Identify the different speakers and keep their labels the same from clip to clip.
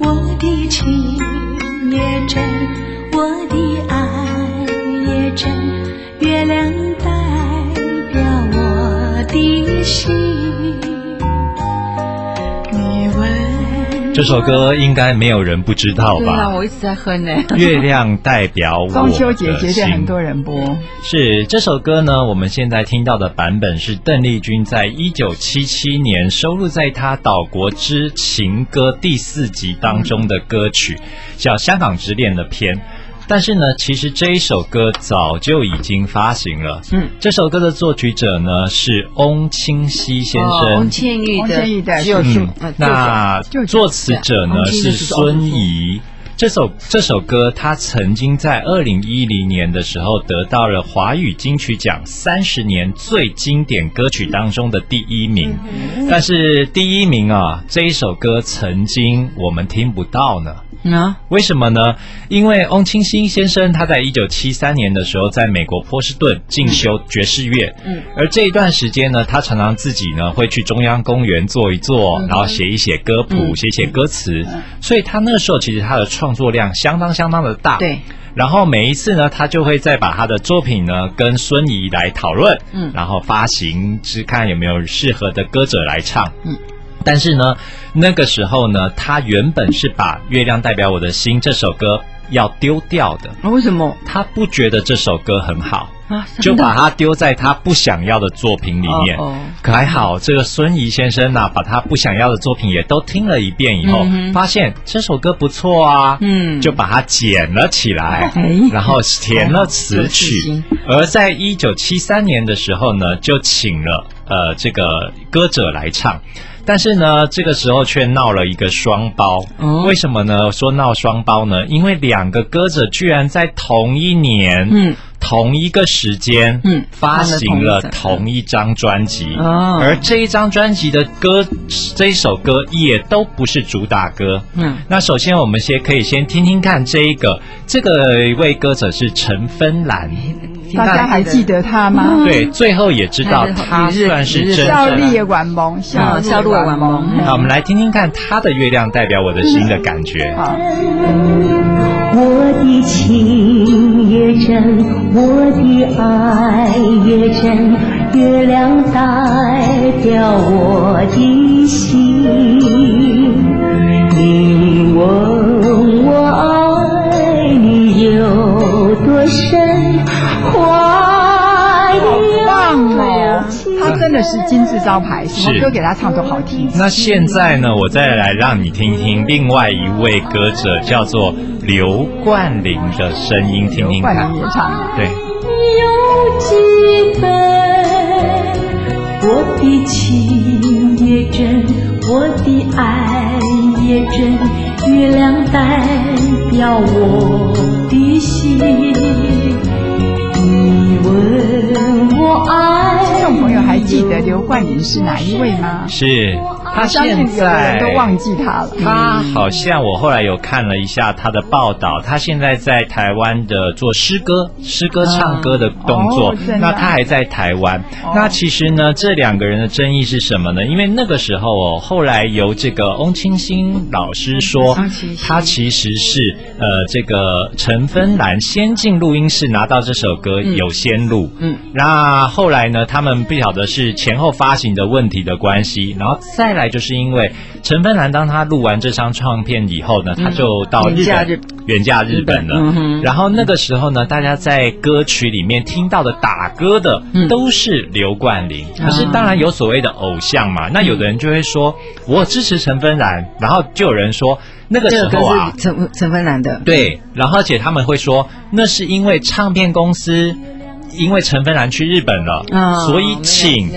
Speaker 1: 的情也真，我的爱也真，月亮代表我的心。你问
Speaker 2: 这首歌应该没有人不知道
Speaker 3: 对啊，
Speaker 2: 吧？哦
Speaker 3: 我一直在哼呢。
Speaker 2: 月亮代表我的
Speaker 3: 嗯中秋节绝对
Speaker 2: 心
Speaker 3: 很多人播，
Speaker 2: 是这首歌呢，我们现在听到的版本是邓丽君在一九七七年收录在她《岛国之情歌》第四集当中的歌曲，叫《香港之恋》的篇。但是呢，其实这一首歌早就已经发行了。
Speaker 3: 嗯，
Speaker 2: 这首歌的作曲者呢是翁清溪先
Speaker 4: 哦，
Speaker 2: 生
Speaker 4: 翁。倩玉
Speaker 3: 翁
Speaker 4: 的，
Speaker 3: 倩玉的
Speaker 4: 只有
Speaker 3: 是
Speaker 4: 数
Speaker 2: 嗯，
Speaker 4: 呃作者
Speaker 2: 那
Speaker 3: 就是
Speaker 2: 作词者呢
Speaker 4: 对
Speaker 2: 是孙怡。这首这首歌，它曾经在二零一零年的时候得到了华语金曲奖三十年最经典歌曲当中的第一名。
Speaker 3: 嗯
Speaker 2: 但是第一名啊，这一首歌曾经我们听不到呢。
Speaker 4: 啊
Speaker 3: 嗯，
Speaker 2: 为什么呢？因为翁清新先生他在一九七三年的时候在美国波士顿进修爵士乐，
Speaker 4: 嗯，
Speaker 2: 而这一段时间呢，他常常自己呢会去中央公园坐一坐，然后写一写歌谱，
Speaker 4: 嗯
Speaker 2: 写一写歌词，所以他那时候其实他的创作量相当相当的大，
Speaker 3: 对。
Speaker 2: 然后每一次呢，他就会再把他的作品呢跟孙怡来讨论，
Speaker 3: 嗯
Speaker 2: 然后发行，是看有没有适合的歌者来唱，
Speaker 3: 嗯。
Speaker 2: 但是呢，那个时候呢，他原本是把《月亮代表我的心》这首歌要丢掉的，
Speaker 3: 啊为什么
Speaker 2: 他不觉得这首歌很 好，
Speaker 3: 啊？
Speaker 2: 就
Speaker 3: 真的
Speaker 2: 把它丢在他不想要的作品里面。
Speaker 3: 哦哦
Speaker 2: 可还好，这个孙怡先生呢、把他不想要的作品也都听了一遍以后，
Speaker 3: 嗯哼
Speaker 2: 发现这首歌不错啊，
Speaker 3: 嗯
Speaker 2: 就把它捡了起 来，
Speaker 3: 哎
Speaker 2: 然后填了词
Speaker 3: 有自
Speaker 2: 曲
Speaker 3: 信。
Speaker 2: 而在一九七三年的时候呢，就请了呃这个歌者来唱。但是呢，这个时候却闹了一个双胞。
Speaker 3: 哦
Speaker 2: 为什么呢？说闹双胞呢？因为两个歌者居然在同一年、
Speaker 3: 嗯
Speaker 2: 同一个时间、
Speaker 3: 嗯
Speaker 2: 发行了
Speaker 3: 发了
Speaker 2: 同
Speaker 3: 同
Speaker 2: 一张专辑。
Speaker 3: 哦
Speaker 2: 而这一张专辑的歌，这一首歌也都不是主打歌。
Speaker 3: 嗯
Speaker 2: 那首先我们先可以先听听看这一个，这个一位歌者是陈芬兰，
Speaker 4: 嗯
Speaker 3: 大家还记得他吗？
Speaker 2: 对，最后也知道
Speaker 4: 哎
Speaker 2: 他
Speaker 4: 日日
Speaker 2: 算是
Speaker 4: 日
Speaker 2: 真
Speaker 3: 笑
Speaker 2: 的
Speaker 3: 立也晚萌，笑
Speaker 2: 啊
Speaker 4: 嗯笑
Speaker 3: 路
Speaker 4: 路
Speaker 3: 也
Speaker 4: 也晚
Speaker 3: 晚萌
Speaker 4: 萌。
Speaker 2: 好，我们来听听看他的月亮代表我的心的感觉。
Speaker 3: 好，
Speaker 1: 我的情也真，我的爱也真，月亮代表我的心。你问我爱你有多深，我爱你有多深。
Speaker 3: 棒哦！他真的是金字招牌，什
Speaker 2: 是
Speaker 3: 么歌给他唱都好听。
Speaker 2: 那现在呢，我再来让你听听另外一位歌者，叫做刘冠霖的声音，听听
Speaker 3: 冠
Speaker 2: 看
Speaker 3: 霖。也唱，
Speaker 2: 对，
Speaker 1: 有几分？我的情也真，我的爱也真，月亮代表我的心。你问我爱，
Speaker 3: 众朋友还记得刘冠霖是哪一位吗？
Speaker 2: 是他
Speaker 3: 我相
Speaker 2: 现
Speaker 3: 信有的
Speaker 2: 在
Speaker 3: 人都忘记他了。
Speaker 2: 他好像我后来有看了一下他的报道，他现在在台湾的做诗歌、诗歌唱歌的动作。
Speaker 3: 哦真的
Speaker 2: 那他还在台湾。
Speaker 3: 哦
Speaker 2: 那其实呢，这两个人的争议是什么呢？因为那个时候哦，后来由这个翁清新老师说
Speaker 3: 嗯
Speaker 4: 翁清，新
Speaker 2: 他其实是呃这个陈芬兰先进录音室拿到这首歌有先录，
Speaker 4: 嗯
Speaker 2: 那后来呢？他们不晓得是前后发行的问题的关系，然后再来就是因为陈芬兰当他录完这张唱片以后呢，他就到日
Speaker 4: 嗯远嫁
Speaker 2: 本
Speaker 4: 日
Speaker 2: 远嫁日本了。
Speaker 4: 嗯哼
Speaker 2: 然后那个时候呢，大家在歌曲里面听到的打歌的
Speaker 4: 嗯啊
Speaker 2: 都是刘冠霖，可是当然有所谓的偶像嘛。那有的人就会说，
Speaker 4: 嗯
Speaker 2: 我支持陈芬兰，然后就有人说那个
Speaker 4: 这
Speaker 2: 时
Speaker 4: 个
Speaker 2: 候啊
Speaker 4: 歌是，陈陈芬兰的，
Speaker 2: 对，然后而且他们会说，那是因为唱片公司因为陈芬兰去日本了，
Speaker 4: 啊
Speaker 2: 所以请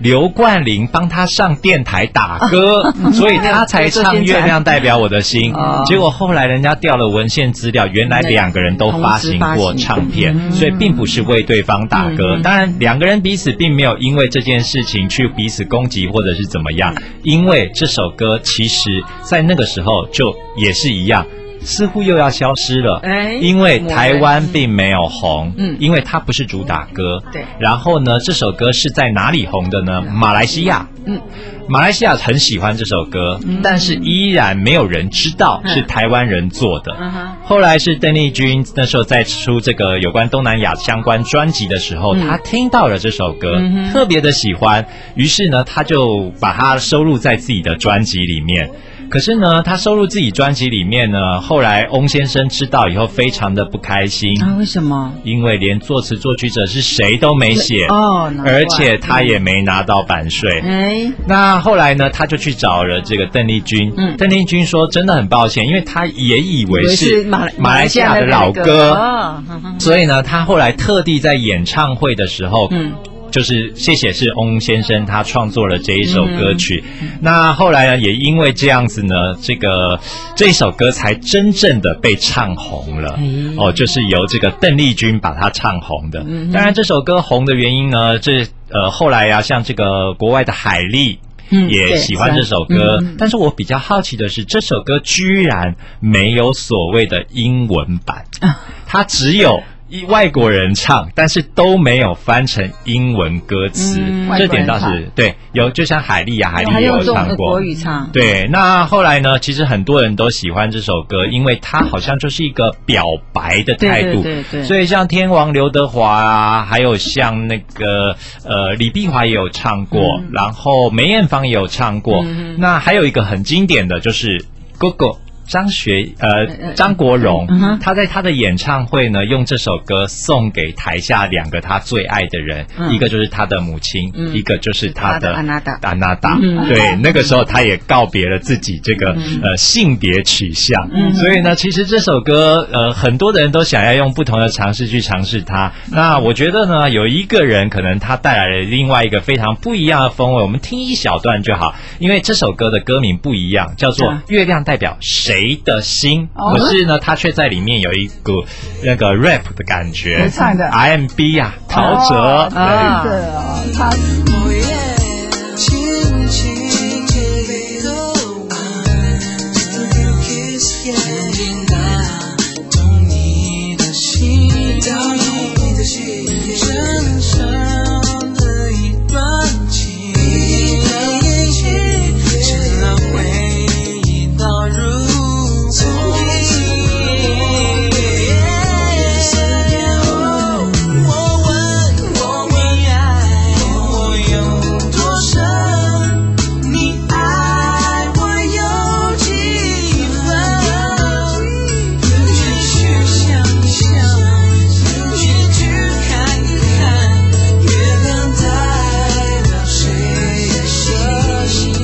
Speaker 2: 刘冠霖帮他上电台打歌，所以他才唱《月亮代表我的心》
Speaker 4: 哦
Speaker 2: 结果后来人家调了文献资料，原来两个人都发行过唱片，所以并不是为对方打歌。当然，两个人彼此并没有因为这件事情去彼此攻击或者是怎么样，因为这首歌其实在那个时候就也是一样。似乎又要消失了，
Speaker 4: 哎
Speaker 2: 因为台湾
Speaker 4: 我们
Speaker 2: 并没有红，
Speaker 4: 嗯
Speaker 2: 因为它不是主打歌，
Speaker 4: 对
Speaker 2: 然后呢，这首歌是在哪里红的呢？马来西亚，
Speaker 4: 嗯，
Speaker 2: 马来西亚很喜欢这首歌，但是依然没有人知道
Speaker 4: 嗯
Speaker 2: 是台湾人做的，
Speaker 4: 嗯哼，
Speaker 2: 后来是邓丽君那时候在出这个有关东南亚相关专辑的时候，
Speaker 4: 嗯
Speaker 2: 她听到了这首歌，
Speaker 4: 嗯哼
Speaker 2: 特别的喜欢，于是呢，她就把它收录在自己的专辑里面。可是呢，她收录自己专辑里面呢，后来翁先生知道以后，非常的不开心，
Speaker 4: 啊，为什么？
Speaker 2: 因为连作词作曲者是谁都没写，
Speaker 4: 哦，难怪
Speaker 2: 而且他也没拿到版税。
Speaker 4: 哎，
Speaker 2: 那后来呢，他就去找了这个邓丽君。
Speaker 4: 嗯
Speaker 2: 邓丽君说：“真的很抱歉，因为他也以为是
Speaker 4: 马
Speaker 2: 马来西亚的老
Speaker 4: 歌
Speaker 2: 歌，
Speaker 4: 啊，嗯哼
Speaker 2: 所以呢，他后来特地在演唱会的时候，
Speaker 4: 嗯
Speaker 2: 就是谢谢是翁先生他创作了这一首歌曲。那后来呢，也因为这样子呢，这个这一首歌才真正的被唱红了。
Speaker 4: 哎
Speaker 2: 哦，就是由这个邓丽君把它唱红的。
Speaker 4: 嗯哼
Speaker 2: 当然，这首歌红的原因呢，这呃后来呀、像这个国外的海莉。
Speaker 4: 嗯
Speaker 2: 也
Speaker 4: 对啊嗯
Speaker 2: 喜欢这首歌，但是我比较好奇的是，这首歌居然没有所谓的英文版，
Speaker 4: 啊
Speaker 2: 它只有一外国人唱，但是都没有翻成英文歌词，
Speaker 4: 嗯
Speaker 2: 这点倒
Speaker 3: 外国
Speaker 2: 是对。有就像海莉呀、啊海莉
Speaker 4: 他
Speaker 2: 也
Speaker 4: 用
Speaker 2: 有
Speaker 4: 中
Speaker 2: 唱
Speaker 4: 呃
Speaker 2: 过
Speaker 4: 国，语唱，
Speaker 2: 对，那后来呢？其实很多人都喜欢这首歌，因为它好像就是一个表白的态度。
Speaker 4: 对对对对
Speaker 2: 所以像天王刘德华啊，还有像那个呃李碧华也有唱过，然后梅艳芳也有唱过。
Speaker 4: 嗯
Speaker 2: 那还有一个很经典的就是《哥哥》。张学呃
Speaker 4: 呃
Speaker 2: 张国荣，
Speaker 4: 嗯哼
Speaker 2: 他在他的演唱会呢，用这首歌送给台下两个他最爱的人，
Speaker 4: 嗯
Speaker 2: 一个就是他的母亲，
Speaker 4: 嗯
Speaker 2: 一个就是他的
Speaker 4: 他的安娜达
Speaker 2: 安娜达，
Speaker 4: 嗯
Speaker 2: 对，那个时候他也告别了自己这个、
Speaker 4: 嗯
Speaker 2: 呃性别取向，
Speaker 4: 嗯
Speaker 2: 所以呢，其实这首歌呃，很多的人都想要用不同的尝试去尝试它。那我觉得呢，有一个人可能他带来了另外一个非常不一样的风味，我们听一小段就好，因为这首歌的歌名不一样，叫做《
Speaker 4: 啊
Speaker 2: 月亮代表谁的心》，
Speaker 3: 哦
Speaker 2: 可是呢，它却在里面有一个那个 rap 的感觉
Speaker 3: 谁唱的
Speaker 2: ，RMB 呀、啊陶喆。哎
Speaker 3: 哦
Speaker 2: 对
Speaker 4: 啊
Speaker 3: 是的哦，他
Speaker 5: 轻轻给个吻，just a little kiss，能简单动你的心，动你的心，深深的一段情，一段情，成了回忆到如今。思念后，我问过你爱我有多深，你爱我有几分？你去想一想，你去看一看，月亮代表谁的心？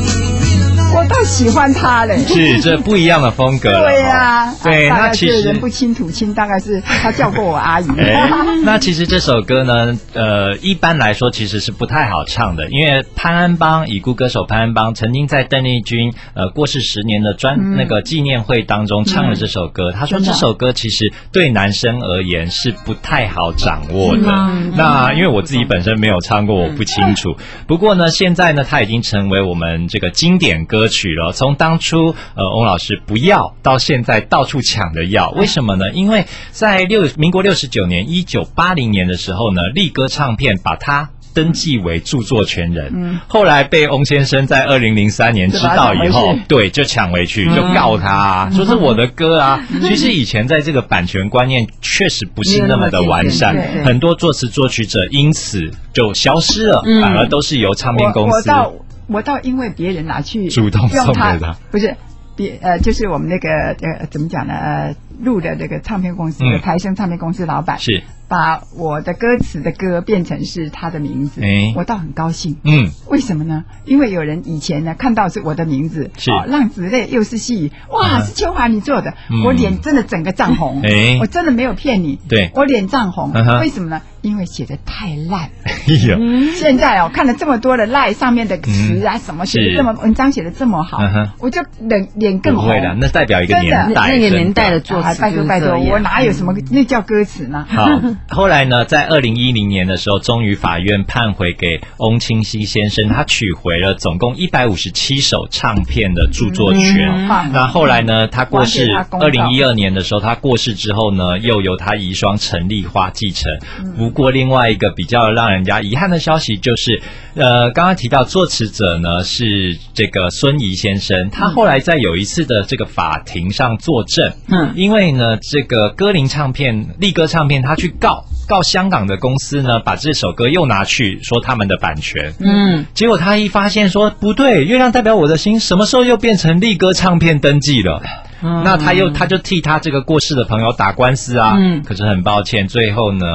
Speaker 3: 我倒喜欢他嘞。
Speaker 2: 是这不一样的风格了。
Speaker 3: 对呀、
Speaker 2: 哦对，
Speaker 3: 啊大
Speaker 2: 那
Speaker 3: 概
Speaker 2: 其
Speaker 3: 是
Speaker 2: 实
Speaker 3: 人不清土清，大概是他叫过我阿姨。
Speaker 2: 哎，那其实这首歌呢，呃，一般来说其实是不太好唱的，因为潘安邦已故歌手潘安邦曾经在邓丽君呃过世十年的专、
Speaker 3: 嗯
Speaker 2: 那个纪念会当中唱了这首歌。他说
Speaker 3: 真
Speaker 2: 这
Speaker 3: 的
Speaker 2: 首歌其实对男生而言是不太好掌握
Speaker 4: 是
Speaker 3: 嗯
Speaker 2: 的
Speaker 4: 吗。
Speaker 2: 那因为我自己本身没有唱过，我不清楚。不过呢，现在呢，它已经成为我们这个经典歌曲了。从当初呃翁老师不要到现在到处抢着要，为什么
Speaker 3: 嗯
Speaker 2: 呢？因为在六民国六十九年一九八零年的时候呢，力歌唱片把它。登记为著作权人，
Speaker 3: 嗯
Speaker 2: 后来被翁先生在二零零三年知道以
Speaker 3: 是吧抢
Speaker 2: 后
Speaker 3: 回去，嗯
Speaker 2: 对，就抢回去，就告他、啊，说是我的歌 啊。其实以前在这个版权观念确实不是那么的完善
Speaker 3: 没有那么健全，对
Speaker 2: 很多作词作曲者因此就消失了，
Speaker 4: 嗯
Speaker 2: 反而都是由唱片
Speaker 3: 我
Speaker 2: 公
Speaker 3: 我
Speaker 2: 司。
Speaker 3: 倒我倒因为别人拿去
Speaker 2: 主动送
Speaker 3: 用它
Speaker 2: 给他，
Speaker 3: 不是别呃，就是我们那个呃怎么讲呢？呃，录的那个唱片公司，
Speaker 2: 嗯
Speaker 3: 台生唱片公司老板
Speaker 2: 是，
Speaker 3: 把我的歌词的歌变成是他的名字，
Speaker 2: 哎
Speaker 3: 我倒很高兴。
Speaker 2: 嗯，
Speaker 3: 为什么呢？因为有人以前呢看到是我的名字，哦
Speaker 2: 是
Speaker 3: 浪子泪又是戏，哇，
Speaker 2: 嗯
Speaker 3: 是秋华你做的，
Speaker 2: 嗯
Speaker 3: 我脸真的整个涨红，
Speaker 2: 哎
Speaker 3: 我真的没有骗你，
Speaker 2: 对
Speaker 3: 我脸涨红
Speaker 2: 嗯哼，
Speaker 3: 为什么呢？因为写的太烂。
Speaker 2: 哎呀，
Speaker 3: 现在哦，看了这么多的赖上面的词啊，什么写
Speaker 2: 嗯是
Speaker 3: 的这么文章写的这么好
Speaker 2: 嗯哼，
Speaker 3: 我就脸脸更
Speaker 2: 不
Speaker 3: 红
Speaker 2: 会。的，那代表一个
Speaker 3: 真的
Speaker 2: 年代，
Speaker 4: 那个
Speaker 2: 真
Speaker 4: 年代的作
Speaker 3: 啊
Speaker 4: 词
Speaker 3: 拜
Speaker 4: 就
Speaker 3: 托
Speaker 4: 是
Speaker 3: 拜托
Speaker 4: 这，样
Speaker 3: 我哪有什么那叫歌词呢？
Speaker 2: 好， 后来呢，在二零一零年的时候，终于法院判回给翁清溪先生，他取回了总共一百五十七首唱片的著作权。
Speaker 4: 嗯
Speaker 3: 好棒
Speaker 2: 那后来呢？他过世
Speaker 3: 还给嗯他，公道
Speaker 2: 二零一二年的时候，他过世之后呢，又由他遗孀陈丽花继承。
Speaker 3: 嗯
Speaker 2: 不过，另外一个比较让人家遗憾的消息就是，呃，刚刚提到作词者呢是这个孙怡先
Speaker 3: 嗯
Speaker 2: 生，他后来在有一次的这个法庭上作证，
Speaker 4: 嗯
Speaker 2: 因为呢，这个歌林唱片、力歌唱片，他去告告香港的公司呢，把这首歌又拿去说他们的版权，
Speaker 4: 嗯，
Speaker 2: 结果他一发现说不对，月亮代表我的心什么时候又变成力歌唱片登记了？
Speaker 4: 嗯
Speaker 2: 那他又他就替他这个过世的朋友打官司啊。
Speaker 4: 嗯
Speaker 2: 可是很抱歉，最后呢，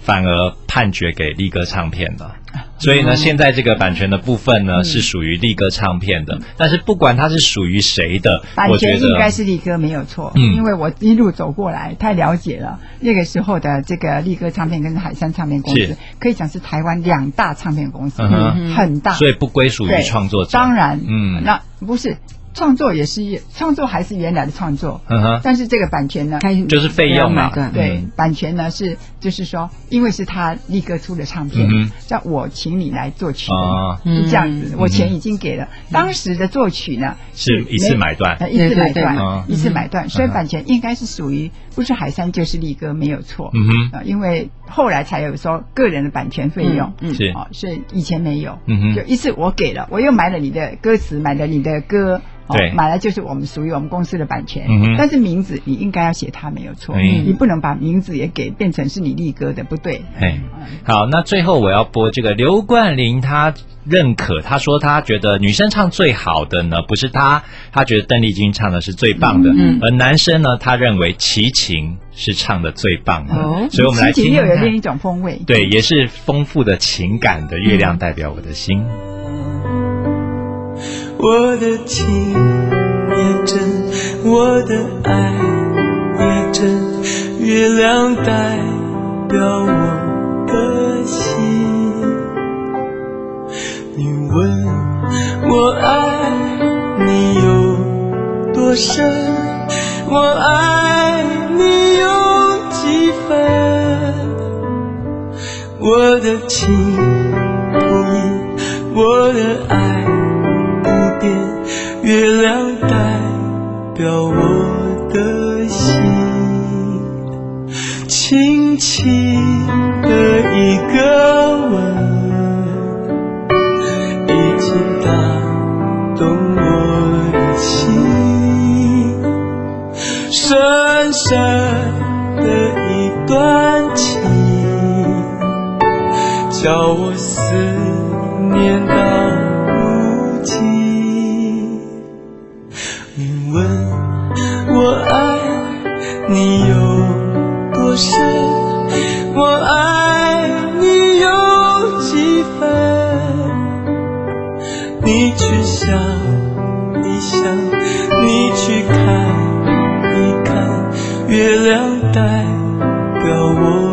Speaker 2: 反而判决给力歌唱片了。
Speaker 3: 嗯
Speaker 2: 所以呢，现在这个版权的部分呢、是属于力歌唱片的，但是不管它是属于谁的，
Speaker 3: 嗯版
Speaker 2: 我觉
Speaker 3: 权
Speaker 2: 得
Speaker 3: 应该是力哥没有错，
Speaker 2: 嗯
Speaker 3: 因为我一路走过来，太了解了那个时候的这个力哥唱片跟海山唱片公
Speaker 2: 是
Speaker 3: 司，可以讲是台湾两大唱片公司，
Speaker 2: 嗯哼
Speaker 3: 很大。
Speaker 2: 所以不归属于
Speaker 3: 对
Speaker 2: 创作者。
Speaker 3: 当，然，
Speaker 2: 嗯
Speaker 3: 那不是创作也是创作还是原来的创作，
Speaker 2: 嗯哼，
Speaker 3: 但是这个版权呢，
Speaker 4: 开始
Speaker 2: 就是费用嘛
Speaker 4: 不要买断
Speaker 3: 对
Speaker 2: 嗯，
Speaker 3: 版权呢是就是说，因为是他力哥出的唱片
Speaker 2: 嗯哼，
Speaker 3: 叫我请你来作曲
Speaker 2: 哦，嗯
Speaker 4: 嗯
Speaker 3: 是这样子，我钱已经给了。当时的作曲呢
Speaker 2: 是一次
Speaker 3: 没
Speaker 2: 买断
Speaker 3: 呃一次买
Speaker 4: 对对对
Speaker 2: 嗯
Speaker 3: 断，一次买断，所以
Speaker 2: 嗯哼
Speaker 3: 版权应该是属于不是海山就是力哥没有错。
Speaker 2: 嗯
Speaker 3: 呃，因为后来才有说个人的版权费用，
Speaker 4: 嗯嗯
Speaker 2: 是
Speaker 3: 哦，所以以前没有，
Speaker 2: 嗯哼
Speaker 3: 就一次我给了，我又买了你的歌词，买了你的歌，哦
Speaker 2: 对
Speaker 3: 买了就是我们属于我们公司的版权，
Speaker 2: 嗯哼
Speaker 3: 但是名字你应该要写他没有错，
Speaker 2: 嗯
Speaker 3: 你不能把名字也给变成是你力哥的，不对，
Speaker 2: 哼，哎。好，那最后我要播这个刘冠霖，他认可，他说他觉得女生唱最好的呢不是他，他觉得邓丽君唱的是最棒的，
Speaker 4: 嗯
Speaker 2: 而男生呢，他认为齐秦是唱的最棒的，
Speaker 4: 哦
Speaker 2: 所以我们来
Speaker 3: 情
Speaker 2: 听
Speaker 3: 景
Speaker 2: 听
Speaker 3: 又有
Speaker 2: 看
Speaker 3: 另一种风味，
Speaker 2: 对，也是丰富的情感的月亮代表我的心，
Speaker 5: 我的情也真，我的爱也真，月亮代表我的心。你问我爱你有多深，我爱你有几分？我的情不移，我的爱。不变，月亮代表我的心，轻轻的一个吻，已经打动我的心，深深的一段情，叫我思念到无尽。你问我爱你有多深，我爱你有几分？你去想一想，你去看一看，月亮代表我